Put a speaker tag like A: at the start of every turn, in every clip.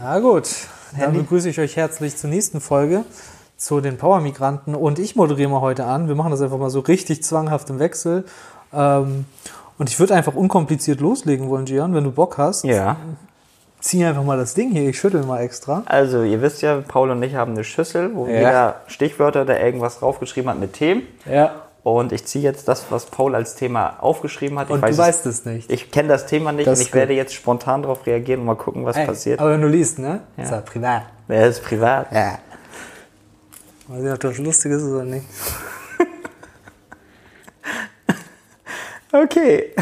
A: Na gut, dann begrüße ich euch herzlich zur nächsten Folge zu den Powermigranten und ich moderiere mal heute an. Wir machen das einfach mal so richtig zwanghaft im Wechsel. Ähm, und ich würde einfach unkompliziert loslegen wollen, Gian, wenn du Bock hast.
B: Ja.
A: Zieh einfach mal das Ding hier, ich schüttel mal extra.
B: Also, ihr wisst ja, Paul und ich haben eine Schüssel, wo jeder Stichwörter, der irgendwas draufgeschrieben hat mit Themen.
A: Ja.
B: Und ich ziehe jetzt das, was Paul als Thema aufgeschrieben hat. Ich
A: Und du weißt es nicht.
B: Ich kenne das Thema nicht
A: Das
B: und
A: ist
B: ich werde jetzt spontan darauf reagieren und mal gucken, was
A: Ey,
B: passiert.
A: Aber wenn du liest, ne? Ja. Ist ja privat.
B: Er ist privat.
A: Ja. Weiß nicht, ob das lustig ist oder nicht.
B: Okay.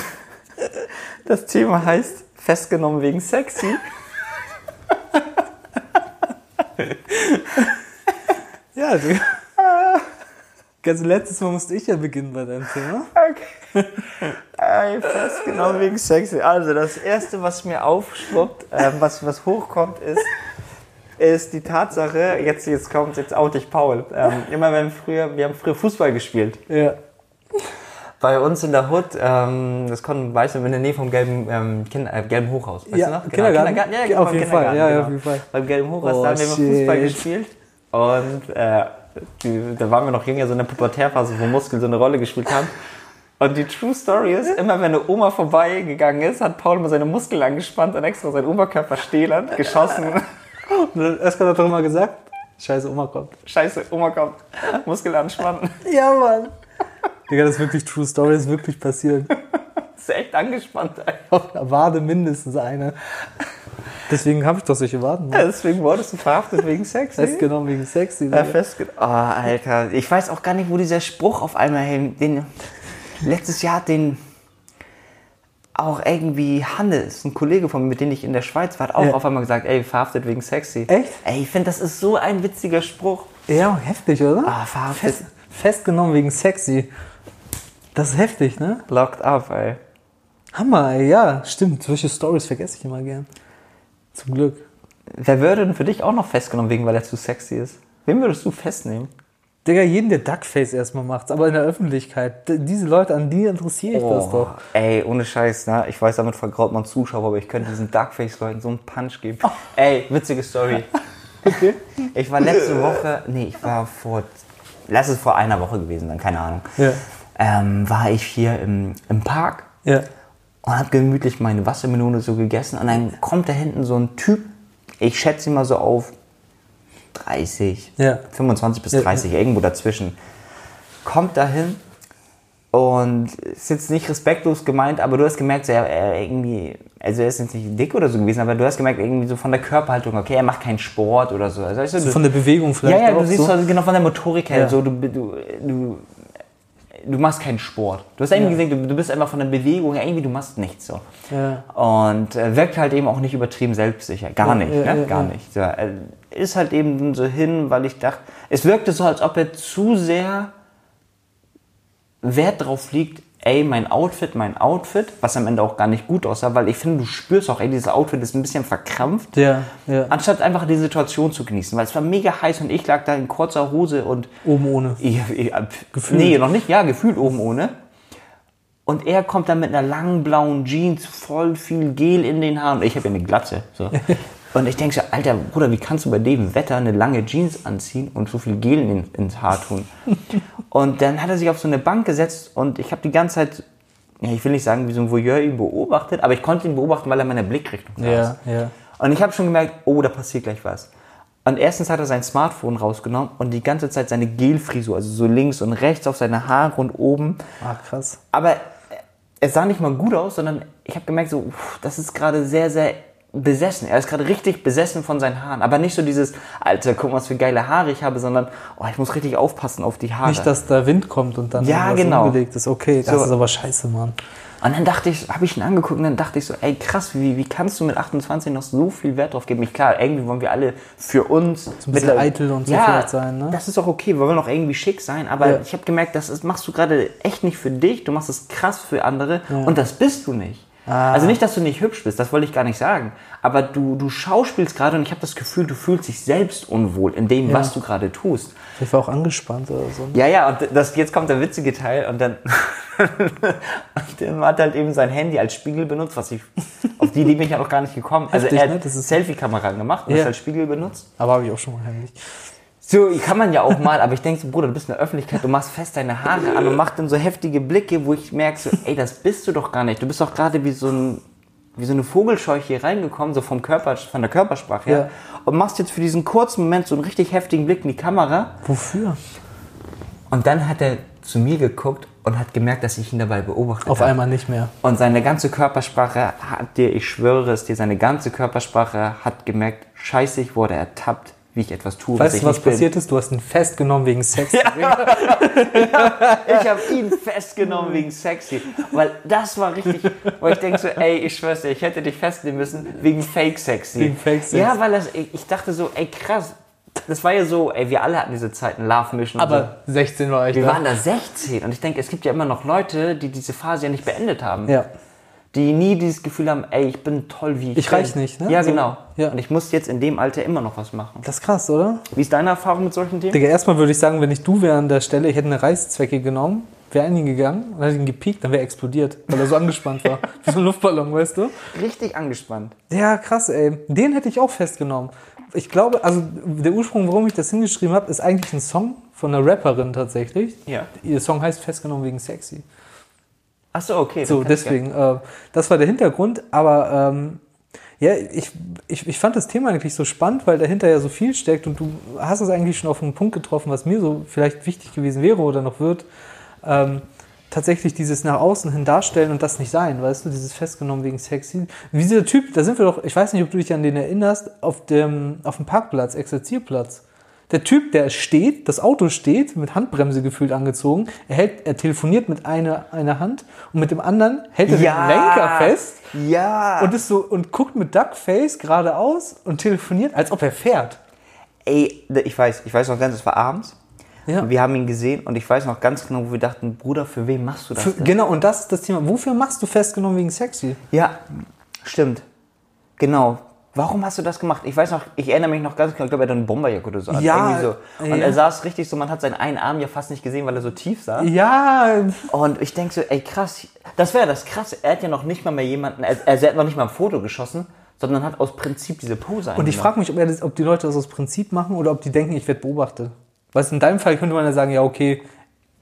B: Das Thema heißt festgenommen wegen sexy.
A: Ja, du. Ganz letztes Mal musste ich ja beginnen bei deinem Thema.
B: Okay. Ey, festgenommen wegen sexy. Also das erste, was mir aufschwuppt, ähm, was, was hochkommt, ist, ist die Tatsache, jetzt, jetzt kommt, jetzt out ich Paul. Ähm, immer wenn früher, wir haben früher Fußball gespielt.
A: Ja.
B: Bei uns in der Hood, ähm, das konnten, weißt du, in der Nähe vom gelben, ähm, Kinder, äh, gelben Hochhaus. Weißt
A: Ja,
B: du noch? Genau,
A: Kindergarten.
B: Kindergarten. Ja,
A: Auf
B: genau, beim
A: jeden Fall.
B: Kindergarten,
A: Ja, ja,
B: genau.
A: auf jeden Fall.
B: Beim gelben Hochhaus,
A: Oh,
B: da haben wir immer Fußball
A: shit.
B: gespielt. Und äh, die, da waren wir noch jünger, so in der Pubertärphase, wo Muskeln so eine Rolle gespielt haben. Und die True Story ist, immer wenn eine Oma vorbeigegangen ist, hat Paul mal seine Muskeln angespannt und extra seinen Oberkörper stehlert, geschossen.
A: Und dann Esker Ne, hat doch immer gesagt, scheiße Oma kommt.
B: Scheiße, Oma kommt, Muskeln anspannen.
A: Ja, Mann. Digga, das ist wirklich True Story, das ist wirklich passiert.
B: Ist echt angespannt. ey.
A: Auf einer Wade mindestens eine. Deswegen habe ich doch solche Waden. Mann.
B: Deswegen wurdest du verhaftet wegen Sex. ey.
A: Festgenommen wegen sexy. ne?
B: Ja,
A: Digga.
B: festge oh, Alter. Ich weiß auch gar nicht, wo dieser Spruch auf einmal hin. Den, letztes Jahr hat den auch irgendwie Hannes, ein Kollege von mir, mit dem ich in der Schweiz war, hat auch
A: Ja.
B: auf einmal gesagt, ey, verhaftet wegen sexy.
A: Echt?
B: Ey, ich finde, das ist so ein witziger Spruch.
A: Ja, heftig, oder?
B: Ah, verhaftet.
A: Fest, festgenommen wegen sexy. Das ist heftig, ne?
B: Locked up, ey.
A: Hammer, ey, ja, stimmt. Solche Stories vergesse ich immer gern. Zum Glück.
B: Wer würde denn für dich auch noch festgenommen wegen, weil er zu sexy ist? Wen würdest du festnehmen?
A: Digga, jeden, der Duckface erstmal macht, aber in der Öffentlichkeit. D diese Leute, an die interessiere ich das
B: Oh,
A: doch.
B: ey, ohne Scheiß, ne? Ich weiß, damit vergraut man Zuschauer, aber ich könnte diesen Darkface-Leuten so einen Punch geben. Ey, witzige Story.
A: Okay.
B: Ich war letzte Woche, nee, ich war vor, lass es vor einer Woche gewesen sein, keine Ahnung.
A: Ja.
B: Ähm, war ich hier im, im Park
A: Ja.
B: und hab gemütlich meine Wassermelone so gegessen und dann kommt da hinten so ein Typ, ich schätze ihn mal so auf 30,
A: Ja.
B: 25 bis
A: Ja.
B: 30, irgendwo dazwischen, kommt dahin und ist jetzt nicht respektlos gemeint, aber du hast gemerkt, so, er, er irgendwie, also er ist jetzt nicht dick oder so gewesen, aber du hast gemerkt, irgendwie so von der Körperhaltung, okay, er macht keinen Sport oder so. Also, weißt du, du-
A: Von der Bewegung vielleicht.
B: ja, ja,
A: auch
B: du siehst
A: so.
B: so. genau von der Motorik her,
A: Ja.
B: so, du, du, du, du machst keinen Sport. Du hast irgendwie gesehen, du, du bist einfach von der Bewegung her, irgendwie, du machst nichts so.
A: Ja.
B: Und äh, wirkt halt eben auch nicht übertrieben selbstsicher. Gar nicht,
A: ja,
B: ne?
A: ja,
B: Gar
A: ja.
B: nicht. So, äh, ist halt eben so hin, weil ich dachte, es wirkte so, als ob er zu sehr Wert drauf liegt, ey, mein Outfit, mein Outfit, was am Ende auch gar nicht gut aussah, weil ich finde, du spürst auch, ey, dieses Outfit ist ein bisschen verkrampft
A: Ja, ja.
B: anstatt einfach die Situation zu genießen, weil es war mega heiß und ich lag da in kurzer Hose und
A: Oben ohne.
B: ich, ich, ab-
A: Gefühlt.
B: Nee, noch nicht, ja, gefühlt oben ohne. Und er kommt dann mit einer langen blauen Jeans, voll viel Gel in den Haaren. Ich habe ja eine Glatze. So. Und ich denke so, alter Bruder, wie kannst du bei dem Wetter eine lange Jeans anziehen und so viel Gel in, den- ins Haar tun? Und dann hat er sich auf so eine Bank gesetzt und ich habe die ganze Zeit, ja, ich will nicht sagen, wie so ein Voyeur ihn beobachtet, aber ich konnte ihn beobachten, weil er meine Blickrichtung sah.
A: Ja, ja.
B: Und ich habe schon gemerkt, oh, da passiert gleich was. Und erstens hat er sein Smartphone rausgenommen und die ganze Zeit seine Gelfrisur, also so links und rechts auf seine Haare und oben.
A: Ah, krass.
B: Aber es sah nicht mal gut aus, sondern ich habe gemerkt, so, uff, das ist gerade sehr, sehr besessen. Er ist gerade richtig besessen von seinen Haaren. Aber nicht so dieses, Alter, guck mal, was für geile Haare ich habe, sondern, oh, ich muss richtig aufpassen auf die Haare.
A: Ah, Nicht, dass da Wind kommt und dann
B: Ja,
A: irgendwas
B: genau.
A: umgelegt ist. Okay, das
B: So.
A: ist aber scheiße, Mann.
B: Und dann dachte ich, habe ich ihn angeguckt und dann dachte ich so, ey krass, wie, wie kannst du mit 28 noch so viel Wert drauf geben? Ich, klar, irgendwie wollen wir alle für uns
A: ein bisschen
B: mittler-
A: eitel und so vielleicht sein, ne?
B: Das ist auch okay, wir wollen auch irgendwie schick sein, aber
A: Ja.
B: ich habe gemerkt, das ist, machst du gerade echt nicht für dich, du machst es krass für andere und das bist du nicht.
A: Ah.
B: Also nicht, dass du nicht hübsch bist, das wollte ich gar nicht sagen. Aber du, du schauspielst gerade und ich habe das Gefühl, du fühlst dich selbst unwohl in dem, was du gerade tust.
A: Ich war auch angespannt oder so. ne?
B: Ja, ja, und das, jetzt kommt der witzige Teil und dann und Tim hat halt eben sein Handy als Spiegel benutzt, was ich, auf die Idee bin ich ja noch gar nicht gekommen. Also
A: Heftig,
B: er
A: ne?
B: hat
A: Das ist-
B: Selfie-Kamera gemacht und
A: Ja.
B: das als Spiegel benutzt.
A: Aber habe ich auch schon mal heimlich.
B: So, kann man ja auch mal, aber ich denke so, Bruder, du bist in der Öffentlichkeit, du machst fest deine Haare an und machst dann so heftige Blicke, wo ich merke so, ey, das bist du doch gar nicht. Du bist doch gerade wie so ein, wie so eine Vogelscheuche hier reingekommen, so vom Körper, von der Körpersprache her. Und machst jetzt für diesen kurzen Moment so einen richtig heftigen Blick in die Kamera.
A: Wofür?
B: Und dann hat er zu mir geguckt und hat gemerkt, dass ich ihn dabei beobachtet
A: Auf
B: habe.
A: einmal nicht mehr.
B: Und seine ganze Körpersprache hat dir, ich schwöre es dir, seine ganze Körpersprache hat gemerkt, scheiße, ich wurde ertappt, wie ich etwas tue,
A: Weißt
B: ich
A: du, was
B: nicht bin.
A: passiert ist? Du hast ihn festgenommen wegen Sex.
B: Ich habe ihn festgenommen wegen sexy, weil das war richtig, weil ich denke so, ey, ich schwör's dir, ich hätte dich festnehmen müssen wegen Fake Sexy.
A: Wegen Fake Sexy.
B: Ja, weil das, ich, ich dachte so, ey, krass, das war ja so, ey, wir alle hatten diese Zeiten Love Mission. und so.
A: Aber 16 war ich
B: wir
A: da.
B: waren da 16 und ich denke, es gibt ja immer noch Leute, die diese Phase ja nicht beendet haben.
A: Ja.
B: die nie dieses Gefühl haben, ey, ich bin toll, wie ich
A: Ich
B: bin.
A: reich nicht, ne?
B: Ja,
A: So,
B: genau.
A: ja.
B: Und ich muss jetzt in dem Alter immer noch was machen.
A: Das ist krass, oder?
B: Wie ist deine Erfahrung mit solchen Themen?
A: Digga, erstmal würde ich sagen, wenn ich du wäre an der Stelle, ich hätte eine Reißzwecke genommen, wäre an ihn gegangen und hätte ihn gepiekt, dann wäre er explodiert, weil er so angespannt war. Wie so ein Luftballon, weißt du?
B: Richtig angespannt.
A: Ja, krass, ey. Den hätte ich auch festgenommen. Ich glaube, also der Ursprung, warum ich das hingeschrieben habe, ist eigentlich ein Song von einer Rapperin tatsächlich.
B: Ja.
A: Ihr Song heißt Festgenommen wegen Sexy.
B: Ach so, okay.
A: So,
B: dann kannst du-
A: deswegen, äh, das war der Hintergrund, aber ähm, ja, ich, ich, ich fand das Thema eigentlich so spannend, weil dahinter ja so viel steckt und du hast es eigentlich schon auf einen Punkt getroffen, was mir so vielleicht wichtig gewesen wäre oder noch wird. Ähm, tatsächlich dieses nach außen hin darstellen und das nicht sein, weißt du, dieses festgenommen wegen sexy. Wie dieser Typ, da sind wir doch, ich weiß nicht, ob du dich an den erinnerst, auf dem, auf dem Parkplatz, Exerzierplatz. Der Typ, der steht, das Auto steht, mit Handbremse gefühlt angezogen, er hält, er telefoniert mit einer, einer Hand und mit dem anderen hält er
B: Ja.
A: den Lenker fest
B: Ja.
A: und ist so, und guckt mit Duckface geradeaus und telefoniert, als ob er fährt.
B: Ey, ich weiß, ich weiß noch ganz, es war abends.
A: Ja.
B: Und wir haben ihn gesehen und ich weiß noch ganz genau, wo wir dachten, Bruder, für wen machst du das?
A: Für,
B: denn?
A: genau, und das ist das Thema. Wofür machst du festgenommen wegen sexy?
B: Ja, stimmt. Genau. Warum hast du das gemacht? Ich weiß noch, ich erinnere mich noch ganz genau, ich glaube, er hat eine Bomberjacke oder so. an.
A: Ja,
B: Irgendwie so. Und
A: ja.
B: er saß richtig so, man hat seinen einen Arm ja fast nicht gesehen, weil er so tief saß.
A: Ja,
B: Und ich denke so, ey krass, das wäre das krass. Er hat ja noch nicht mal mehr jemanden, also er hat noch nicht mal ein Foto geschossen, sondern hat aus Prinzip diese Pose
A: Und ich frage mich, ob, er das, ob die Leute das aus Prinzip machen oder ob die denken, ich werde beobachtet. Weißt du, in deinem Fall könnte man ja sagen, ja, okay,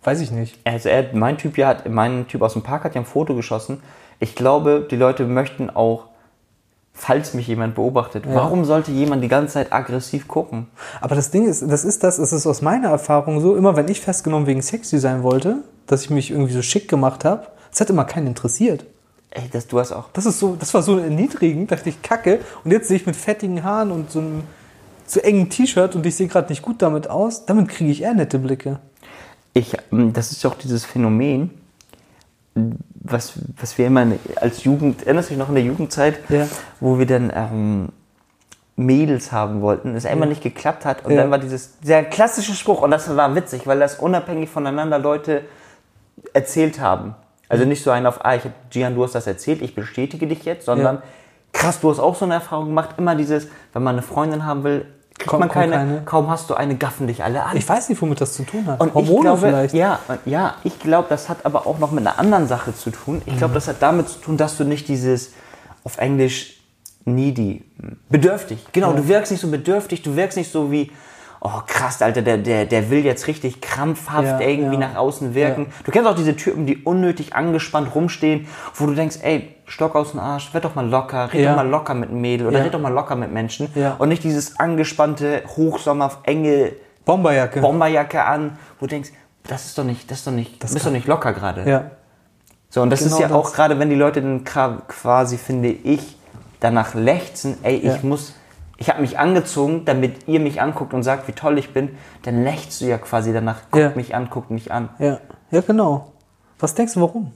A: weiß ich nicht.
B: Also er, mein Typ ja hat, mein Typ aus dem Park hat ja ein Foto geschossen. Ich glaube, die Leute möchten auch, falls mich jemand beobachtet, warum sollte jemand die ganze Zeit aggressiv gucken?
A: Aber das Ding ist, das ist das, es ist aus meiner Erfahrung so, immer wenn ich festgenommen wegen sexy sein wollte, dass ich mich irgendwie so schick gemacht habe, das hat immer keinen interessiert.
B: Ey, das du hast auch.
A: Das ist so, das war so erniedrigend, dachte ich, kacke. Und jetzt sehe ich mit fettigen Haaren und so einem so engen T-Shirt und ich sehe gerade nicht gut damit aus, damit kriege ich eher nette Blicke.
B: Ich, ähm, das ist ja auch dieses Phänomen, was, was wir immer in- als Jugend, erinnerst du dich noch in der Jugendzeit,
A: Ja.
B: wo wir dann ähm, Mädels haben wollten, es einmal nicht geklappt hat und
A: Ja.
B: dann war dieses, der klassische Spruch und das war witzig, weil das unabhängig voneinander Leute erzählt haben.
A: Mhm.
B: Also nicht so einen auf, ah, ich hab, Gian, du hast das erzählt, ich bestätige dich jetzt, sondern
A: Ja.
B: krass, du hast auch so eine Erfahrung gemacht, immer dieses, wenn man eine Freundin haben will, kriegt
A: Kommt-
B: man
A: kommt
B: keine,
A: keine.
B: kaum hast du eine, gaffen dich alle an.
A: Ich weiß nicht, womit das zu tun hat.
B: Und ich glaube, Ja, und- ja, ich glaube, das hat aber auch noch mit einer anderen Sache zu tun. Ich
A: Mhm.
B: glaube, das hat damit zu tun, dass du nicht dieses auf Englisch needy, bedürftig. Genau, du wirkst nicht so bedürftig, du wirkst nicht so wie oh krass, Alter, der der der will jetzt richtig
A: Ja,
B: krampfhaft irgendwie
A: ja.
B: nach außen wirken.
A: Ja.
B: Du kennst auch diese Typen, die unnötig angespannt rumstehen, wo du denkst, ey, Stock aus dem Arsch, werd doch mal locker, red
A: Ja.
B: doch mal locker mit einem Mädel oder
A: Ja.
B: red doch mal locker mit Menschen
A: Ja.
B: und nicht dieses angespannte Hochsommer auf enge
A: Bomberjacke.
B: Bomberjacke an, wo du denkst, das ist doch nicht, das ist doch nicht, das bist doch nicht locker gerade.
A: ja.
B: So, und das
A: Genau
B: ist ja
A: das.
B: auch gerade, wenn die Leute dann gra- quasi, finde ich, danach lechzen, ey,
A: Ja.
B: ich muss, ich habe mich angezogen, damit ihr mich anguckt und sagt, wie toll ich bin, dann lechzt du ja quasi danach, guckt
A: Ja.
B: mich an, guckt mich an.
A: Ja, ja genau. Was denkst du, warum?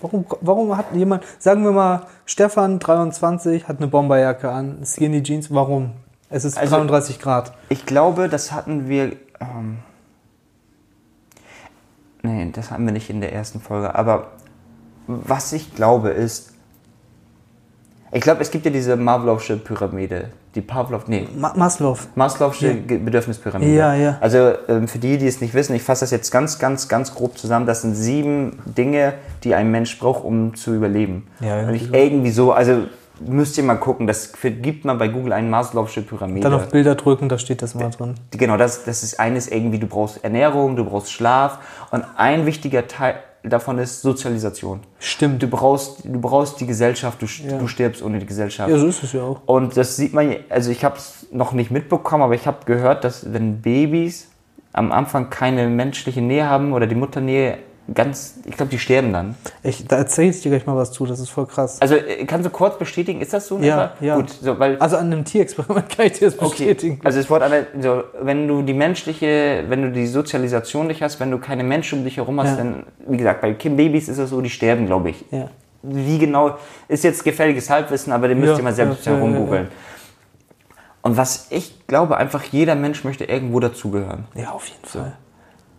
A: Warum, warum hat jemand, sagen wir mal, Stefan, 23, hat eine Bomberjacke an, Skinny Jeans, warum? Es ist
B: Also-
A: 33 Grad.
B: Ich glaube, das hatten wir. Ähm, nee, das hatten wir nicht in der ersten Folge. Aber was ich glaube ist, Ich glaube, es gibt ja diese Mavlovsche Pyramide. Die Pavlov, nee,
A: Ma Maslow.
B: Maslow'sche Ge- Bedürfnispyramide.
A: Ja, ja.
B: Also ähm, für die, die es nicht wissen, ich fasse das jetzt ganz, ganz, ganz grob zusammen. Das sind sieben Dinge, die ein Mensch braucht, um zu überleben.
A: Ja, ja.
B: Und ich irgendwie so, also müsst ihr mal gucken, das für- gibt man bei Google ein Maslow'sche Pyramide.
A: Dann auf Bilder drücken, da steht das mal drin.
B: Genau, das, das ist eines irgendwie, du brauchst Ernährung, du brauchst Schlaf und ein wichtiger Teil davon ist Sozialisation.
A: Stimmt.
B: Du brauchst, du brauchst die Gesellschaft, du, sch- du stirbst ohne die Gesellschaft.
A: Ja, so ist es ja auch.
B: Und das sieht man, also ich habe es noch nicht mitbekommen, aber ich habe gehört, dass wenn Babys am Anfang keine menschliche Nähe haben oder die Mutternähe ganz, ich glaube, die sterben dann.
A: Ich, da erzähle ich dir gleich mal was zu, das ist voll krass.
B: Also äh, kannst du kurz bestätigen, ist das so? in
A: Ja,
B: etwa?
A: ja.
B: Gut, so, weil
A: Also an einem Tierexperiment kann ich dir das bestätigen.
B: Also es wurde aber so, wenn du die menschliche, wenn du die Sozialisation nicht hast, wenn du keine Menschen um dich herum hast,
A: Ja.
B: dann, wie gesagt, bei Kim Babys ist es so, die sterben, glaube ich.
A: Ja.
B: Wie genau, ist jetzt gefährliches Halbwissen, aber den müsst
A: Ja,
B: ihr mal selbst
A: ja, ja,
B: herumgoogeln. Und was ich glaube, einfach jeder Mensch möchte irgendwo dazugehören.
A: Ja, auf jeden Fall.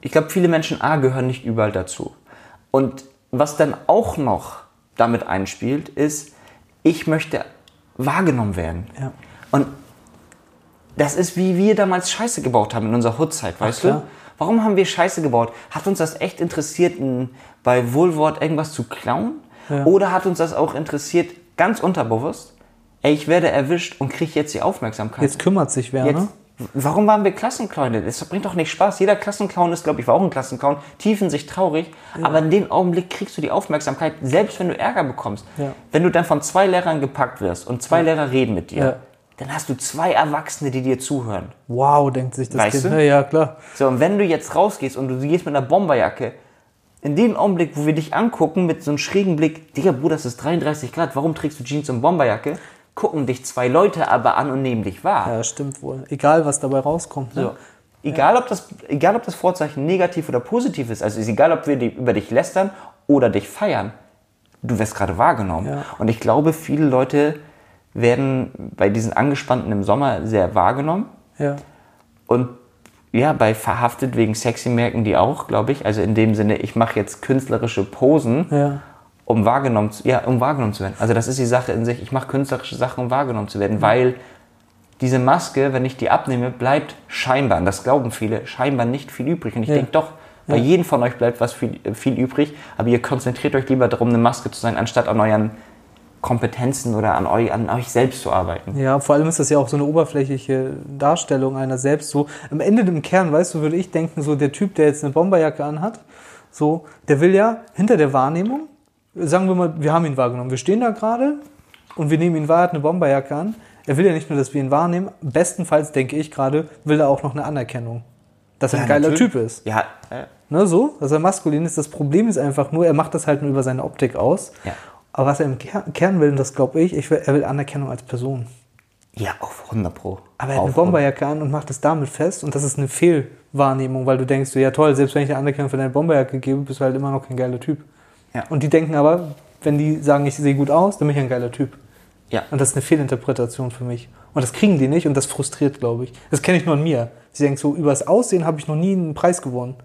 B: Ich glaube, viele Menschen A gehören nicht überall dazu. Und was dann auch noch damit einspielt, ist, ich möchte wahrgenommen werden.
A: Ja.
B: Und das ist, wie wir damals Scheiße gebaut haben in unserer Hood-Zeit, weißt
A: klar.
B: du? Warum haben wir Scheiße gebaut? Hat uns das echt interessiert, n- bei Wohlwort irgendwas zu klauen? Oder hat uns das auch interessiert, ganz unterbewusst, ey, ich werde erwischt und kriege jetzt die Aufmerksamkeit?
A: Jetzt kümmert sich wer,
B: Jetzt,
A: ne?
B: w- warum waren wir Klassenclowne? Das bringt doch nicht Spaß. Jeder Klassenclown ist, glaube ich, war auch ein Klassenclown, tiefen sich traurig, aber in dem Augenblick kriegst du die Aufmerksamkeit, selbst wenn du Ärger bekommst.
A: Ja.
B: Wenn du dann von zwei Lehrern gepackt wirst und zwei Lehrer reden mit dir,
A: Ja.
B: dann hast du zwei Erwachsene, die dir zuhören.
A: Wow, denkt sich das
B: Weißt
A: Kind.
B: du?
A: Na Ja, klar.
B: So, und wenn du jetzt rausgehst und du gehst mit einer Bomberjacke, in dem Augenblick, wo wir dich angucken mit so einem schrägen Blick, Digga, Bruder, es ist 33 Grad, warum trägst du Jeans und Bomberjacke? Gucken dich zwei Leute aber an und nehmen dich wahr.
A: Ja, stimmt wohl. Egal, was dabei rauskommt. Ne?
B: So. Egal, ob das, egal, ob das Vorzeichen negativ oder positiv ist, also ist egal, ob wir die, über dich lästern oder dich feiern, du wirst gerade wahrgenommen.
A: Ja.
B: Und ich glaube, viele Leute werden bei diesen Angespannten im Sommer sehr wahrgenommen.
A: Ja.
B: Und ja, bei Verhaftet wegen Sexy merken die auch, glaube ich. Also in dem Sinne, ich mache jetzt künstlerische Posen,
A: Ja.
B: um, wahrgenommen zu, ja, um wahrgenommen zu werden. Also das ist die Sache in sich. Ich mache künstlerische Sachen, um wahrgenommen zu werden, weil diese Maske, wenn ich die abnehme, bleibt scheinbar, und das glauben viele, scheinbar nicht viel übrig. Und ich denke doch, bei jedem von euch bleibt was viel, äh, viel übrig, aber ihr konzentriert euch lieber darum, eine Maske zu sein, anstatt an euren Kompetenzen oder an euch, an euch selbst zu arbeiten.
A: Ja, vor allem ist das ja auch so eine oberflächliche Darstellung einer selbst. So am Ende im Kern, weißt du, würde ich denken, so der Typ, der jetzt eine Bomberjacke anhat, so, der will ja hinter der Wahrnehmung, sagen wir mal, wir haben ihn wahrgenommen. Wir stehen da gerade und wir nehmen ihn wahr, er hat eine Bomberjacke an. Er will ja nicht nur, dass wir ihn wahrnehmen. Bestenfalls, denke ich gerade, will er auch noch eine Anerkennung. Dass er ein geiler
B: natürlich.
A: Typ ist.
B: Ja, äh,
A: Ne, so, dass er maskulin ist. Das Problem ist einfach nur, er macht das halt nur über seine Optik aus.
B: Ja.
A: Aber was er im Ker- Kern will, und das glaube ich, ich will, er will Anerkennung als Person.
B: ja, auf 100 Pro.
A: Aber er hat
B: Auf
A: eine Bomberjacke an und macht es damit fest und das ist eine Fehlwahrnehmung, weil du denkst, so, ja toll, selbst wenn ich dir Anerkennung für deine Bomberjacke gebe, bist du halt immer noch kein geiler Typ.
B: Ja.
A: Und die denken aber, wenn die sagen, ich sehe gut aus, dann bin ich ein geiler Typ.
B: Ja.
A: Und das ist eine Fehlinterpretation für mich. Und das kriegen die nicht und das frustriert, glaube ich. Das kenne ich nur an mir. Sie denken so, übers Aussehen habe ich noch nie einen Preis gewonnen.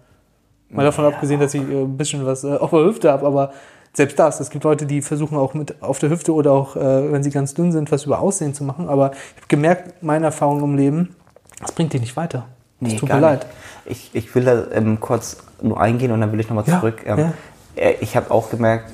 A: Mal davon abgesehen, dass ich äh, ein bisschen was äh, auf der Hüfte habe, aber selbst das. Es gibt Leute, die versuchen auch mit auf der Hüfte oder auch, äh, wenn sie ganz dünn sind, was über Aussehen zu machen. Aber ich habe gemerkt, meine Erfahrung im Leben, das bringt dich nicht weiter.
B: Nee,
A: es tut
B: gar
A: mir leid.
B: Nicht. Ich, ich will da ähm, kurz nur eingehen und dann will ich nochmal
A: Ja,
B: zurück. Ähm,
A: ja.
B: äh, Ich habe auch gemerkt,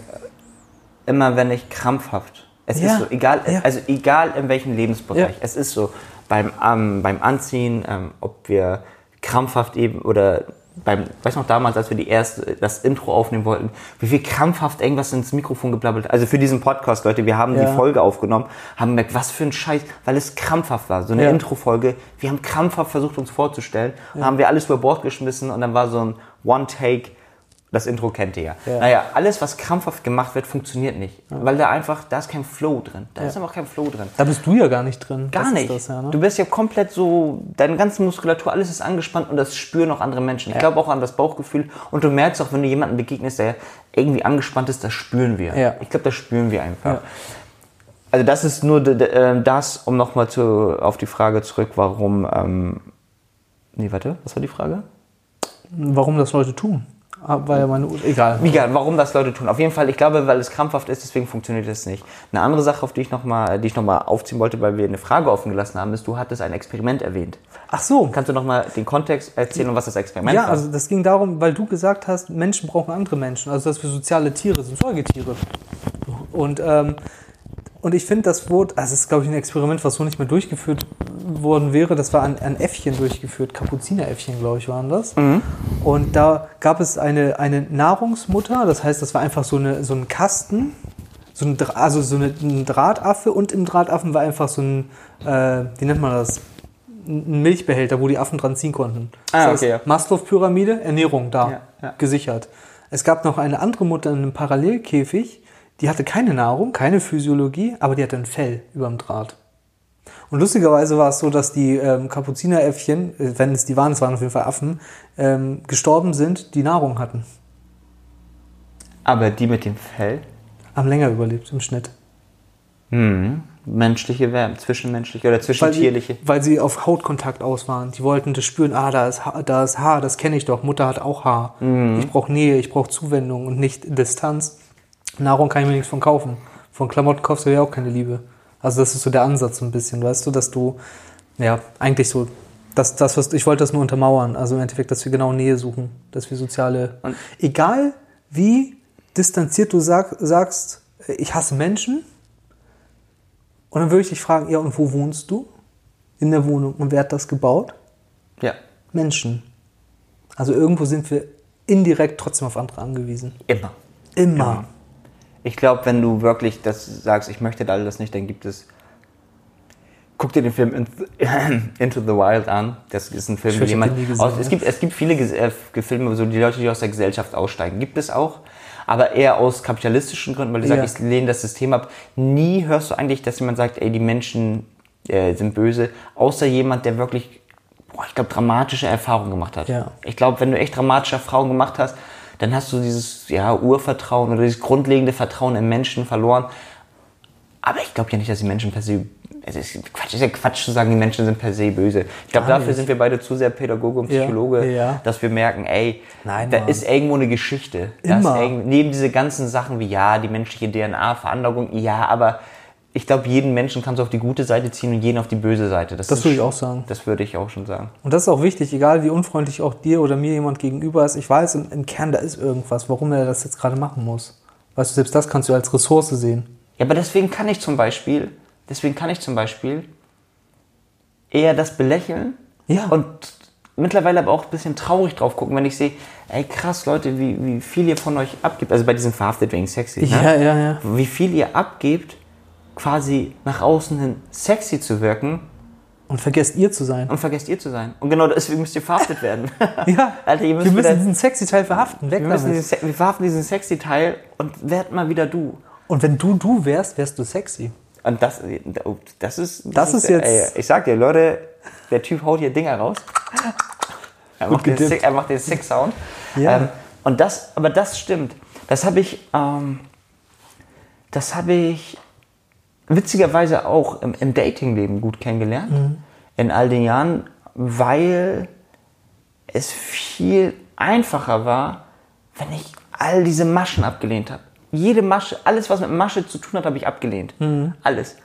B: äh, immer wenn ich krampfhaft, es
A: Ja,
B: ist so, egal,
A: ja.
B: also egal in welchem Lebensbereich,
A: Ja.
B: es ist so, beim, ähm, beim Anziehen, ähm, ob wir krampfhaft eben oder beim, weiß noch damals, als wir die erste, das Intro aufnehmen wollten, wie viel krampfhaft irgendwas ins Mikrofon geplappelt. Also für diesen Podcast, Leute, wir haben
A: Ja.
B: die Folge aufgenommen, haben gemerkt, was für ein Scheiß, weil es krampfhaft war. So eine
A: Ja.
B: Intro Folge. Wir haben krampfhaft versucht, uns vorzustellen. Dann haben wir alles über Bord geschmissen und dann war so ein One-Take. Das Intro kennt ihr ja.
A: Ja.
B: Naja, alles, was krampfhaft gemacht wird, funktioniert nicht. Weil da einfach, da ist kein Flow drin. Da ist einfach kein Flow drin.
A: Da bist du ja gar nicht drin.
B: Gar
A: Das ist
B: nicht.
A: Das, ja, ne?
B: Du bist ja komplett so, deine ganze Muskulatur, alles ist angespannt und das spüren auch andere Menschen. Ich glaube auch an das Bauchgefühl und du merkst auch, wenn du jemandem begegnest, der irgendwie angespannt ist, das spüren wir.
A: Ja.
B: Ich glaube, das spüren wir einfach.
A: Ja.
B: Also das ist nur d- d- äh, das, um nochmal auf die Frage zurück, warum... Ähm, nee, warte, was war die Frage?
A: Warum das Leute tun? Ah, War ja meine, U- egal.
B: Egal, warum das Leute tun. Auf jeden Fall, ich glaube, weil es krampfhaft ist, deswegen funktioniert es nicht. Eine andere Sache, auf die ich nochmal noch mal aufziehen wollte, weil wir eine Frage offen gelassen haben, ist, du hattest ein Experiment erwähnt.
A: Ach so.
B: Kannst du nochmal den Kontext erzählen und was das Experiment
A: Ja,
B: war?
A: also das ging darum, weil du gesagt hast, Menschen brauchen andere Menschen, also dass wir soziale Tiere sind, Säugetiere. Und, ähm, und ich finde, das wurde, also es ist glaube ich ein Experiment, was so nicht mehr durchgeführt worden wäre, das war an, an Äffchen durchgeführt, Kapuzineräffchen, glaube ich, waren das.
B: Mhm.
A: Und da gab es eine, eine Nahrungsmutter, das heißt, das war einfach so, eine, so ein Kasten, so ein, Dra- also so eine, ein Drahtaffe und im Drahteaffen war einfach so ein, äh, wie nennt man das? Ein Milchbehälter, wo die Affen dran ziehen konnten.
B: Ah,
A: Das heißt,
B: okay, ja.
A: Maslow-Pyramide, Ernährung da
B: Ja, ja.
A: gesichert. Es gab noch eine andere Mutter in einem Parallelkäfig, die hatte keine Nahrung, keine Physiologie, aber die hatte ein Fell überm Draht. Und lustigerweise war es so, dass die ähm, Kapuzineräffchen, äh, wenn es die waren, es waren auf jeden Fall Affen, ähm, gestorben sind, die Nahrung hatten.
B: Aber die mit dem Fell?
A: Haben länger überlebt im Schnitt.
B: Hm. Menschliche, Wärme, zwischenmenschliche oder
A: Mhm. Weil sie,
B: zwischentierliche?
A: weil sie auf Hautkontakt aus waren. Die wollten das spüren, ah, da ist, Ha- da ist Haar, das kenne ich doch. Mutter hat auch Haar. Ich brauche Nähe, ich brauche Zuwendung und nicht Distanz. Nahrung kann ich mir nichts von kaufen. Von Klamotten kaufst du ja auch keine Liebe. Also das ist so der Ansatz so ein bisschen, weißt du, dass du, ja, eigentlich so, das, das, was, ich wollte das nur untermauern. Also im Endeffekt, dass wir genau Nähe suchen, dass wir soziale, egal wie distanziert du sag, sagst, ich hasse Menschen, und dann würde ich dich fragen, ja, und wo wohnst du? In der Wohnung. Und wer hat das gebaut?
B: Ja.
A: Menschen. Also irgendwo sind wir indirekt trotzdem auf andere angewiesen.
B: Immer.
A: Immer.
B: Ich glaube, wenn du wirklich das sagst, ich möchte all das nicht, dann gibt es. Guck dir den Film In- Into the Wild an. Das ist ein Film,
A: Ich
B: wo
A: hab den
B: jemand.
A: nie gesehen,
B: aus, es,
A: ja.
B: gibt, es gibt viele Ges- äh, Filme, so die Leute, die aus der Gesellschaft aussteigen. Gibt es auch. Aber eher aus kapitalistischen Gründen, weil die
A: Ja.
B: sagen, ich lehne das System ab. Nie hörst du eigentlich, dass jemand sagt, ey, die Menschen äh, sind böse. Außer jemand, der wirklich, boah, ich glaube, dramatische Erfahrungen gemacht hat.
A: Ja.
B: Ich glaube, wenn du echt dramatische Erfahrungen gemacht hast, dann hast du dieses ja, Urvertrauen oder dieses grundlegende Vertrauen in Menschen verloren. Aber ich glaube ja nicht, dass die Menschen per se. Es ist, Quatsch, es ist ja Quatsch zu sagen, die Menschen sind per se böse. Ich glaube,
A: Gar
B: dafür
A: nicht.
B: sind wir beide zu sehr Pädagoge und
A: Ja,
B: Psychologe,
A: ja.
B: dass wir merken, ey,
A: Nein,
B: da
A: Mann.
B: ist irgendwo eine Geschichte. Da
A: Immer.
B: Ist irgend, neben diese ganzen Sachen wie, ja, die menschliche DNA, Veranlagung, ja, aber ich glaube, jeden Menschen kannst du auf die gute Seite ziehen und jeden auf die böse Seite.
A: Das
B: ist
A: würde ich
B: schon-
A: auch sagen.
B: Das würde ich auch schon sagen.
A: Und das ist auch wichtig, egal wie unfreundlich auch dir oder mir jemand gegenüber ist. Ich weiß im, im Kern, da ist irgendwas, warum er das jetzt gerade machen muss. Weißt du, selbst das kannst du als Ressource sehen.
B: Ja, aber deswegen kann ich zum Beispiel, deswegen kann ich zum Beispiel eher das belächeln
A: Ja.
B: und mittlerweile aber auch ein bisschen traurig drauf gucken, wenn ich sehe, ey krass, Leute, wie, wie viel ihr von euch abgibt, also bei diesem verhaftet wegen sexy, ne?
A: ja, ja.
B: wie viel ihr abgebt, quasi nach außen hin sexy zu wirken
A: Und vergesst ihr zu sein.
B: und vergesst ihr zu sein. Und genau deswegen müsst ihr verhaftet werden.
A: Ja,
B: Alter, ihr müsst
A: wir
B: wieder-
A: müssen diesen sexy Teil verhaften. Weg
B: Wir, müssen diesen,
A: damit.
B: Se- wir verhaften diesen sexy Teil und werd mal wieder du.
A: Und wenn du du wärst, wärst du sexy.
B: Und das, oh, das ist.
A: Das ist jetzt-
B: Ey, ich sag dir, Leute, der Typ haut hier Dinger raus. Er macht, den
A: gedimmt.
B: Sick, er macht den Sick Sound.
A: Ja.
B: Ähm, und das, aber das stimmt. Das habe ich, ähm, das habe ich witzigerweise auch im, im Datingleben gut kennengelernt.
A: Mhm.
B: In all den Jahren, weil es viel einfacher war, wenn ich all diese Maschen abgelehnt habe. Jede Masche, alles, was mit Masche zu tun hat, habe ich abgelehnt. Alles.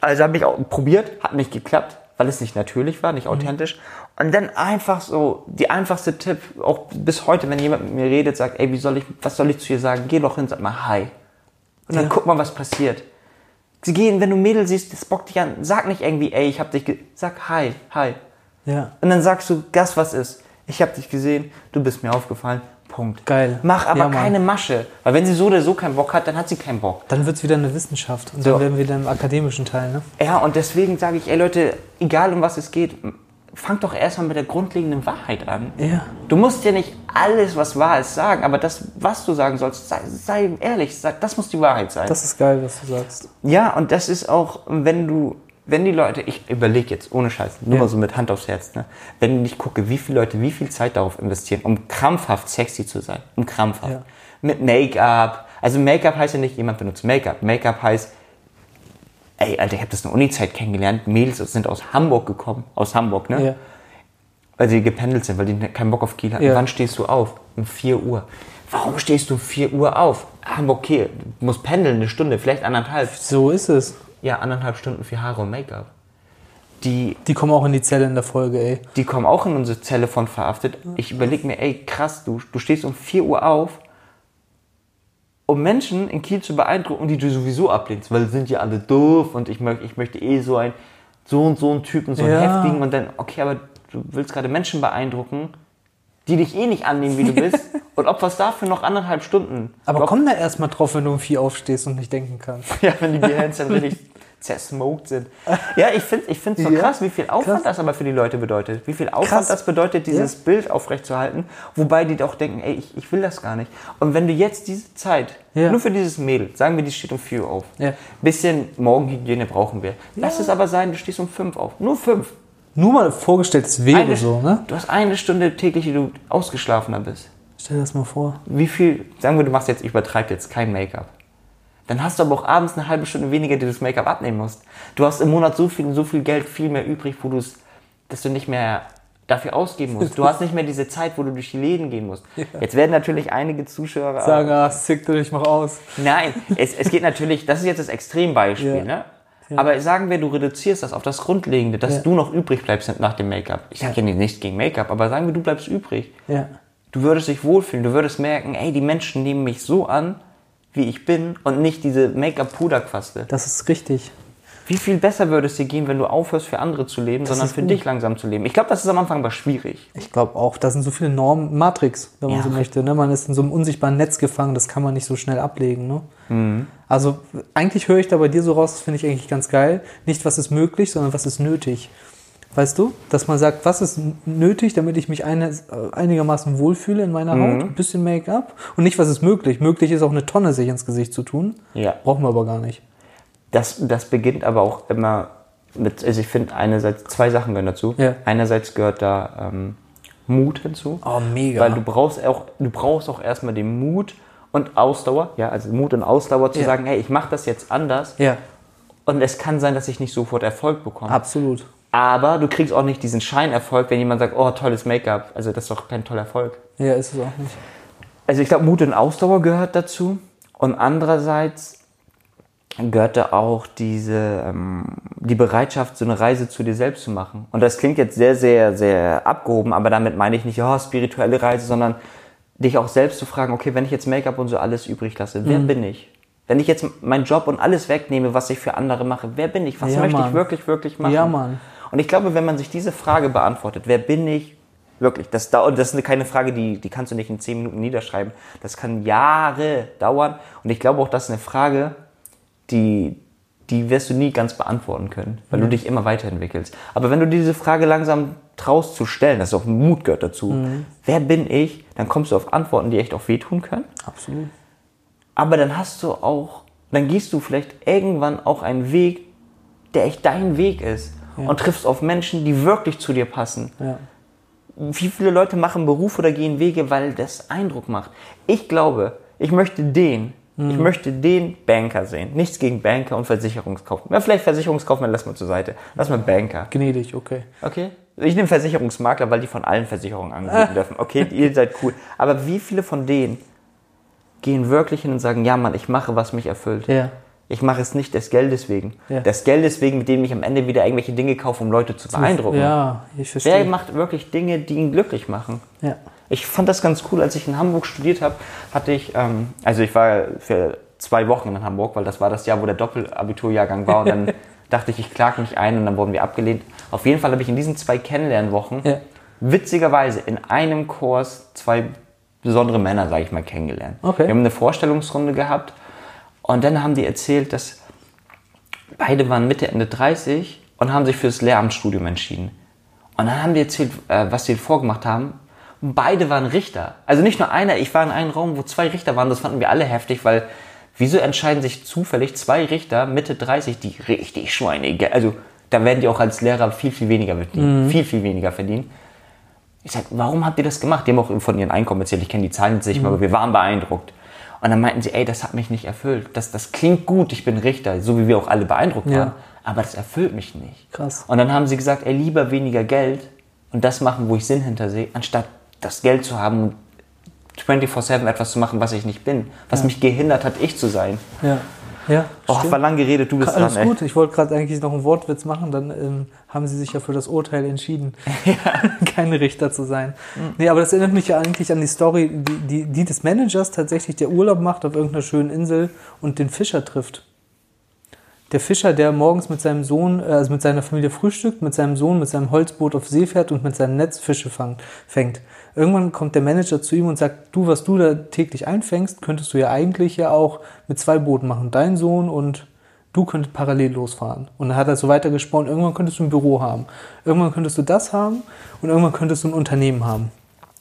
B: Also habe ich auch probiert, hat nicht geklappt, weil es nicht natürlich war, nicht authentisch. Und dann einfach so, die einfachste Tipp, auch bis heute, wenn jemand mit mir redet, sagt, ey, wie soll ich, was soll ich zu dir sagen? Geh doch hin, sag mal Hi. Und dann
A: Ja.
B: guck mal, was passiert. Sie gehen, wenn du Mädel siehst, das bockt dich an. Sag nicht irgendwie, ey, ich hab dich, ge sag Hi, Hi.
A: Ja.
B: Und dann sagst du, das was ist. Ich habe dich gesehen, du bist mir aufgefallen. Punkt.
A: Geil.
B: Mach aber
A: Ja, Mann.
B: keine Masche. Weil wenn sie so oder so keinen Bock hat, dann hat sie keinen Bock.
A: Dann wird es wieder eine Wissenschaft. Und
B: So.
A: dann werden wir wieder im akademischen Teil, ne?
B: Ja, und deswegen sage ich, ey Leute, egal um was es geht, fangt doch erstmal mit der grundlegenden Wahrheit an.
A: Ja.
B: Du musst ja nicht alles, was wahr ist, sagen, aber das, was du sagen sollst, sei, sei ehrlich, sag, das muss die Wahrheit sein.
A: Das ist geil, was du sagst.
B: Ja, und das ist auch, wenn du, wenn die Leute, ich überlege jetzt, ohne Scheiß, nur
A: Ja.
B: mal so mit Hand aufs Herz, ne? wenn ich gucke, wie viele Leute wie viel Zeit darauf investieren, um krampfhaft sexy zu sein, um krampfhaft.
A: Ja.
B: Mit Make-up. Also Make-up heißt ja nicht, jemand benutzt Make-up. Make-up heißt, ey, Alter, ich habe das in der Uni-Zeit kennengelernt, Mädels sind aus Hamburg gekommen, aus Hamburg, ne?
A: Ja.
B: Weil sie gependelt sind, weil die ne, keinen Bock auf Kiel hatten.
A: Ja.
B: Wann stehst du auf? um 4 Uhr. Warum stehst du um 4 Uhr auf? Hamburg, okay, du musst pendeln eine Stunde, vielleicht anderthalb.
A: So ist es.
B: Ja, anderthalb Stunden für Haare und Make-up. Die,
A: Die kommen auch in die Zelle in der Folge, ey.
B: die kommen auch in unsere Zelle von verhaftet. Ich überlege mir, ey, krass, du, du stehst um 4 Uhr auf, um Menschen in Kiel zu beeindrucken, die du sowieso ablehnst, weil sind ja alle doof und ich, möcht, ich möchte eh so ein, so und so einen Typen, so einen
A: Ja.
B: heftigen und dann, okay, aber du willst gerade Menschen beeindrucken, die dich eh nicht annehmen, wie du bist und opferst dafür noch anderthalb Stunden.
A: Aber
B: Ob-
A: komm da erstmal drauf, wenn du um vier aufstehst und nicht denken kannst.
B: Ja, wenn die Gehirns dann richtig zersmoked sind. Ja, ich finde es ich find's so
A: Ja,
B: krass, wie viel Aufwand
A: krass.
B: das aber für die Leute bedeutet. Wie viel Aufwand
A: Krass.
B: das bedeutet, dieses Bild aufrechtzuerhalten. Wobei die auch denken, ey, ich, ich will das gar nicht. Und wenn du jetzt diese Zeit,
A: Ja.
B: nur für dieses Mädel, sagen wir, die steht um 4 Uhr auf.
A: Ja.
B: Bisschen Morgenhygiene brauchen wir. Lass es aber sein, du stehst um 5 auf. Nur 5.
A: Nur mal vorgestellt, es wäre
B: Eine-
A: so, ne?
B: Du hast eine Stunde täglich, die du ausgeschlafener bist
A: Stell dir das mal vor.
B: wie viel, sagen wir, du machst jetzt, ich übertreib jetzt, kein Make-up. Dann hast du aber auch abends eine halbe Stunde weniger, die du das Make-up abnehmen musst. Du hast im Monat so viel, so viel Geld, viel mehr übrig, wo du es, dass du nicht mehr dafür ausgeben musst. Du hast nicht mehr diese Zeit, wo du durch die Läden gehen musst. Jetzt werden natürlich einige Zuschauer
A: Sagen, ah, sick dich, ich mach aus.
B: Nein, es, es geht natürlich, das ist jetzt das Extrembeispiel,
A: Ja.
B: ne? Aber sagen wir, du reduzierst das auf das Grundlegende, dass
A: Ja.
B: du noch übrig bleibst nach dem Make-up. Ich sage ja nicht- nichts gegen Make-up, aber sagen wir, du bleibst übrig
A: Ja.
B: du würdest dich wohlfühlen, du würdest merken, ey, die Menschen nehmen mich so an, wie ich bin und nicht diese Make-up-Puderquaste.
A: Das ist richtig.
B: Wie viel besser würde es dir gehen, wenn du aufhörst, für andere zu leben, sondern
A: ist
B: für
A: gut.
B: dich langsam zu leben? Ich glaube, das ist am Anfang aber schwierig.
A: Ich glaube auch, da sind so viele Normen, Matrix, wenn man
B: Ja.
A: so möchte. Ne? Man ist in so einem unsichtbaren Netz gefangen, das kann man nicht so schnell ablegen. Ne? Also eigentlich höre ich da bei dir so raus, das finde ich eigentlich ganz geil. Nicht, was ist möglich, sondern was ist nötig. Weißt du, dass man sagt, was ist n- nötig, damit ich mich eines- äh, einigermaßen wohlfühle in meiner Haut, ein bisschen Make-up und nicht, was ist möglich. Möglich ist auch eine Tonne sich ins Gesicht zu tun.
B: Ja.
A: Brauchen wir aber gar nicht.
B: Das, das beginnt aber auch immer mit, also ich finde einerseits, zwei Sachen gehören dazu.
A: Ja.
B: Einerseits gehört da ähm, Mut hinzu.
A: Oh, mega.
B: Weil du brauchst auch, du brauchst auch erstmal den Mut und Ausdauer, ja, also Mut und Ausdauer zu
A: Ja.
B: sagen, hey, ich mache das jetzt anders.
A: ja,
B: Und es kann sein, dass ich nicht sofort Erfolg bekomme.
A: absolut.
B: Aber du kriegst auch nicht diesen Scheinerfolg, wenn jemand sagt, oh, tolles Make-up. Also das ist doch kein toller Erfolg.
A: Ja, ist es auch nicht.
B: Also ich glaube, Mut und Ausdauer gehört dazu. Und andererseits gehört da auch diese, ähm, die Bereitschaft, so eine Reise zu dir selbst zu machen. Und das klingt jetzt sehr, sehr, sehr abgehoben, aber damit meine ich nicht, ja, spirituelle Reise, sondern dich auch selbst zu fragen, okay, wenn ich jetzt Make-up und so alles übrig lasse,
A: Mhm.
B: wer bin ich? Wenn ich jetzt meinen Job und alles wegnehme, was ich für andere mache, wer bin ich? Was
A: Ja,
B: möchte
A: Mann.
B: ich wirklich, wirklich machen?
A: Ja, Mann.
B: Und ich glaube, wenn man sich diese Frage beantwortet, wer bin ich wirklich, das dauert, das ist eine- keine Frage, die, die kannst du nicht in zehn Minuten niederschreiben. Das kann Jahre dauern. Und ich glaube auch, das ist eine Frage, die, die wirst du nie ganz beantworten können, weil du dich immer weiterentwickelst. Aber wenn du diese Frage langsam traust zu stellen, das ist auch Mut gehört dazu,
A: Mhm.
B: wer bin ich, dann kommst du auf Antworten, die echt auch wehtun können.
A: Absolut.
B: Aber dann hast du auch, dann gehst du vielleicht irgendwann auch einen Weg, der echt dein Weg ist. Und triffst auf Menschen, die wirklich zu dir passen.
A: Ja.
B: Wie viele Leute machen Beruf oder gehen Wege, weil das Eindruck macht? Ich glaube, ich möchte den, ich möchte den Banker sehen. Nichts gegen Banker und Versicherungskaufmann. Na, vielleicht Versicherungskaufmann lass mal zur Seite. Lass mal Banker.
A: Gnädig, okay. Ah.
B: Okay. Ich nehme Versicherungsmakler, weil die von allen Versicherungen angeboten dürfen. Okay, ihr seid cool. Aber wie viele von denen gehen wirklich hin und sagen, ja Mann, ich mache, was mich erfüllt.
A: Ja.
B: Ich mache es nicht des Geldes wegen.
A: Ja.
B: Des Geldes wegen, mit dem ich am Ende wieder irgendwelche Dinge kaufe, um Leute zu beeindrucken.
A: Ja, ich
B: Wer
A: verstehe.
B: macht wirklich Dinge, die ihn glücklich machen?
A: Ja.
B: Ich fand das ganz cool, als ich in Hamburg studiert habe, hatte ich, ähm, also ich war für zwei Wochen in Hamburg, weil das war das Jahr, wo der Doppelabiturjahrgang war und dann dachte ich, ich klage mich ein und dann wurden wir abgelehnt. Auf jeden Fall habe ich in diesen zwei Kennenlernwochen
A: Ja.
B: witzigerweise in einem Kurs zwei besondere Männer, sage ich mal, kennengelernt.
A: Okay.
B: Wir haben eine Vorstellungsrunde gehabt und dann haben die erzählt, dass beide waren Mitte, Ende 30 und haben sich fürs Lehramtsstudium entschieden. Und dann haben die erzählt, äh, was sie vorgemacht haben. Und beide waren Richter. Also nicht nur einer, ich war in einem Raum, wo zwei Richter waren, das fanden wir alle heftig, weil wieso entscheiden sich zufällig zwei Richter Mitte 30, die richtig Schweine, also da werden die auch als Lehrer viel, viel weniger verdienen. Viel, viel weniger verdienen. Ich sag, warum habt ihr das gemacht? Die haben auch von ihren Einkommen erzählt, ich kenne die Zahlen jetzt nicht mehr, aber wir waren beeindruckt. Und dann meinten sie, ey, das hat mich nicht erfüllt. Das, das klingt gut, ich bin Richter, so wie wir auch alle beeindruckt
A: Ja.
B: waren, aber das erfüllt mich nicht.
A: Krass.
B: Und dann haben sie gesagt, ey, lieber weniger Geld und das machen, wo ich Sinn hintersehe, anstatt das Geld zu haben und 24-7 etwas zu machen, was ich nicht bin. Was mich gehindert hat, ich zu sein.
A: Ja. Ja,
B: Oh,
A: stimmt.
B: war lang geredet, du bist
A: Alles
B: dran,
A: gut, ich wollte gerade eigentlich noch einen Wortwitz machen, dann ähm, haben sie sich ja für das Urteil entschieden, keine Richter zu sein.
B: Mhm.
A: Nee, aber das erinnert mich ja eigentlich an die Story, die, die, die des Managers tatsächlich, der Urlaub macht auf irgendeiner schönen Insel und den Fischer trifft. Der Fischer, der morgens mit seinem Sohn, äh, also mit seiner Familie frühstückt, mit seinem Sohn, mit seinem Holzboot auf See fährt und mit seinem Netz Fische fang, fängt. Irgendwann kommt der Manager zu ihm und sagt, du, was du da täglich einfängst, könntest du ja eigentlich ja auch mit zwei Booten machen. Dein Sohn und du könntest parallel losfahren. Und dann hat er so weitergesponnen, irgendwann könntest du ein Büro haben. Irgendwann könntest du das haben und irgendwann könntest du ein Unternehmen haben.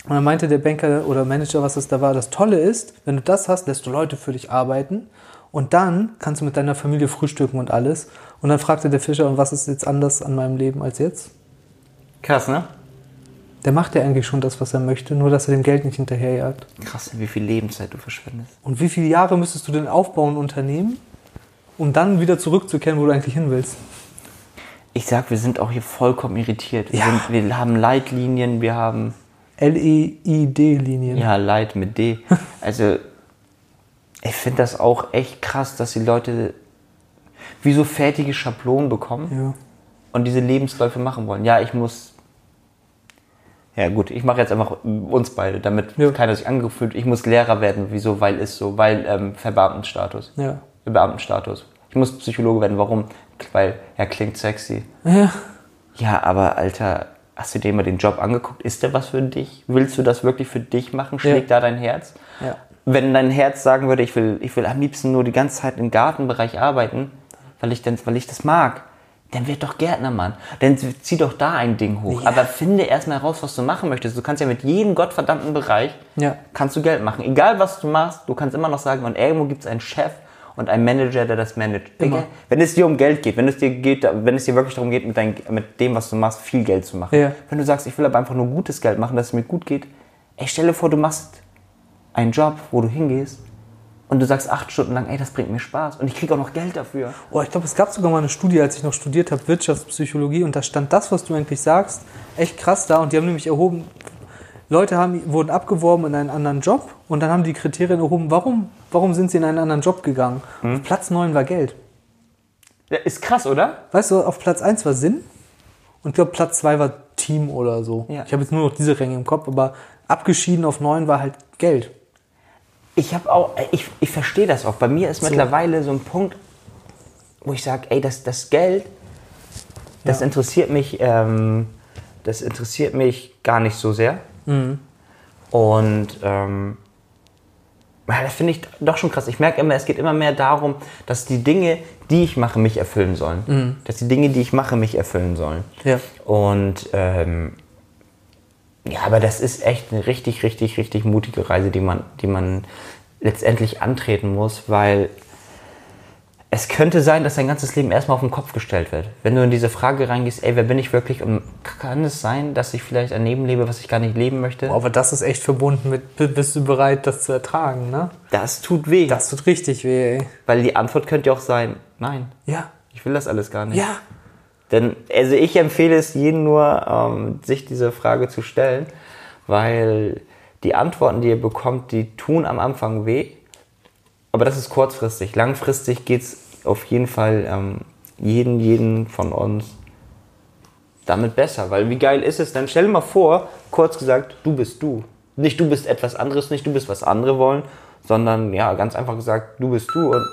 A: Und dann meinte der Banker oder Manager, was es da war, das Tolle ist, wenn du das hast, lässt du Leute für dich arbeiten und dann kannst du mit deiner Familie frühstücken und alles. Und dann fragte der Fischer, und was ist jetzt anders an meinem Leben als jetzt?
B: ey. Krass, ne?
A: Der macht ja eigentlich schon das, was er möchte, nur dass er dem Geld nicht hinterherjagt.
B: Krass, wie viel Lebenszeit du verschwendest.
A: Und wie viele Jahre müsstest du denn aufbauen, Unternehmen, um dann wieder zurückzukehren, wo du eigentlich hin willst?
B: Ich sag, wir sind auch hier vollkommen irritiert. Wir,
A: Ja.
B: sind, wir haben Leitlinien, wir haben
A: E L-E-I-D-Linien.
B: ja Leit mit D. Also ich finde das auch echt krass, dass die Leute wie so fertige Schablonen bekommen
A: Ja.
B: und diese Lebensläufe machen wollen. Ja, ich muss. Ja gut, ich mache jetzt einfach uns beide, damit
A: Ja.
B: keiner sich angegriffen fühlt. Ich muss Lehrer werden. Wieso? Weil ist so, weil ähm, Verbeamtenstatus.
A: Ja.
B: Beamtenstatus. Ich muss Psychologe werden. Warum? Weil er klingt sexy.
A: Ja.
B: Ja, aber Alter, hast du dir mal den Job angeguckt? Ist der was für dich? Willst du das wirklich für dich machen? Schlägt da dein Herz?
A: Ja.
B: Wenn dein Herz sagen würde, ich will, ich will am liebsten nur die ganze Zeit im Gartenbereich arbeiten, weil ich, denn, weil ich das mag, dann werd doch Gärtnermann. Dann zieh doch da ein Ding hoch. Aber finde erstmal heraus, was du machen möchtest. Du kannst ja mit jedem gottverdammten Bereich
A: Ja.
B: kannst du Geld machen. Egal was du machst, du kannst immer noch sagen, und irgendwo gibt es einen Chef und einen Manager, der das managt. Egal. Wenn es dir um Geld geht, wenn es dir geht, wenn es dir wirklich darum geht, mit, dein, mit dem, was du machst, viel Geld zu machen.
A: Ja.
B: Wenn du sagst, ich will aber einfach nur gutes Geld machen, dass es mir gut geht, ey, stelle vor, du machst einen Job, wo du hingehst und du sagst acht Stunden lang, ey, das bringt mir Spaß und ich kriege auch noch Geld dafür.
A: Oh, ich glaube, es gab sogar mal eine Studie, als ich noch studiert habe, Wirtschaftspsychologie, und da stand das, was du eigentlich sagst, echt krass da. Und die haben nämlich erhoben, Leute haben, wurden abgeworben in einen anderen Job und dann haben die Kriterien erhoben, warum, warum sind sie in einen anderen Job gegangen? Auf Platz 9 war Geld.
B: Ja, Ist krass, oder?
A: Weißt du, auf Platz 1 war Sinn und ich glaube, Platz 2 war Team oder so.
B: Ja.
A: Ich habe jetzt nur noch diese Ränge im Kopf, aber abgeschieden auf 9 war halt Geld.
B: ich habe auch, ich, ich verstehe das auch. Bei mir ist mittlerweile so ein Punkt, wo ich sage, ey, das, das Geld, das
A: Ja.
B: interessiert mich, ähm, das interessiert mich gar nicht so sehr.
A: Mhm.
B: Und ähm, ja, das finde ich doch schon krass. Ich merke immer, es geht immer mehr darum, dass die Dinge, die ich mache, mich erfüllen sollen. Dass die Dinge, die ich mache, mich erfüllen sollen.
A: Mhm. Ja.
B: Und ähm, ja, aber das ist echt eine richtig, richtig, richtig mutige Reise, die man, die man letztendlich antreten muss, weil es könnte sein, dass dein ganzes Leben erstmal auf den Kopf gestellt wird. Wenn du in diese Frage reingehst, ey, wer bin ich wirklich und kann es sein, dass ich vielleicht ein Leben lebe, was ich gar nicht leben möchte?
A: Aber das ist echt verbunden mit, b- bist du bereit, das zu ertragen, ne?
B: Das tut weh.
A: Das tut richtig weh, ey.
B: Weil die Antwort könnte ja auch sein, nein,
A: Ja.
B: ich will das alles gar nicht.
A: Ja.
B: Denn, also ich empfehle es jedem nur, ähm, sich diese Frage zu stellen, weil die Antworten, die ihr bekommt, die tun am Anfang weh. Aber das ist kurzfristig. Langfristig geht's auf jeden Fall ähm, jeden, jeden von uns damit besser. Weil wie geil ist es? Dann stell dir mal vor, kurz gesagt, du bist du. Nicht du bist etwas anderes, nicht du bist was andere wollen, sondern ja, ganz einfach gesagt, du bist du und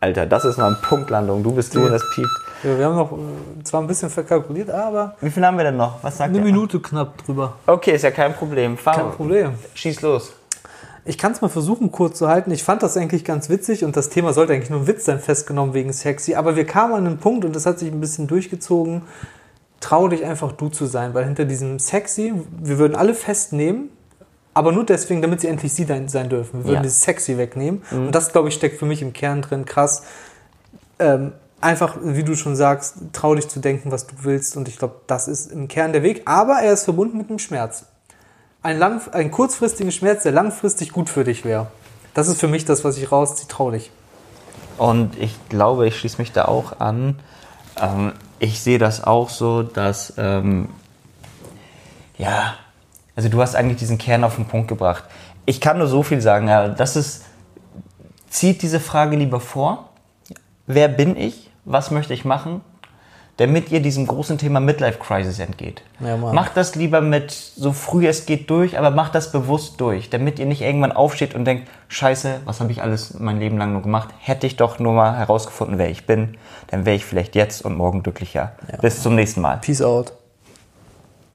B: Alter, das ist mal eine Punktlandung. Du bist du und das piept.
A: Ja, wir haben noch äh, zwar ein bisschen verkalkuliert, aber
B: Wie viel haben wir denn noch? Was sagt
A: eine
B: ihr?
A: Minute knapp drüber.
B: Okay, ist ja kein Problem. Fahr
A: Kein Problem.
B: Schieß los.
A: Ich kann es mal versuchen, kurz zu halten. Ich fand das eigentlich ganz witzig und das Thema sollte eigentlich nur ein Witz sein, festgenommen wegen sexy. Aber wir kamen an einen Punkt und das hat sich ein bisschen durchgezogen. Trau dich einfach du zu sein, weil hinter diesem sexy, wir würden alle festnehmen, aber nur deswegen, damit sie endlich sie dein- sein dürfen. Wir würden
B: Ja.
A: dieses sexy wegnehmen. Und das, glaube ich, steckt für mich im Kern drin. Krass. ähm, einfach, wie du schon sagst, trau dich zu denken, was du willst. Und ich glaube, das ist im Kern der Weg. Aber er ist verbunden mit einem Schmerz. Ein, lang, ein kurzfristigen Schmerz, der langfristig gut für dich wäre. Das ist für mich das, was ich rausziehe. Trau dich.
B: Und ich glaube, ich schließe mich da auch an. Ähm, ich sehe das auch so, dass, ähm, ja, also du hast eigentlich diesen Kern auf den Punkt gebracht. ich kann nur so viel sagen, ja, das ist, zieht diese Frage lieber vor. Wer bin ich? Was möchte ich machen? Damit ihr diesem großen Thema Midlife Crisis entgeht.
A: Ja, Mann.
B: macht das lieber mit so früh es geht durch, aber macht das bewusst durch, damit ihr nicht irgendwann aufsteht und denkt, Scheiße, was habe ich alles mein Leben lang nur gemacht? Hätte ich doch nur mal herausgefunden, wer ich bin, dann wäre ich vielleicht jetzt und morgen glücklicher. Bis zum nächsten Mal.
A: Peace out.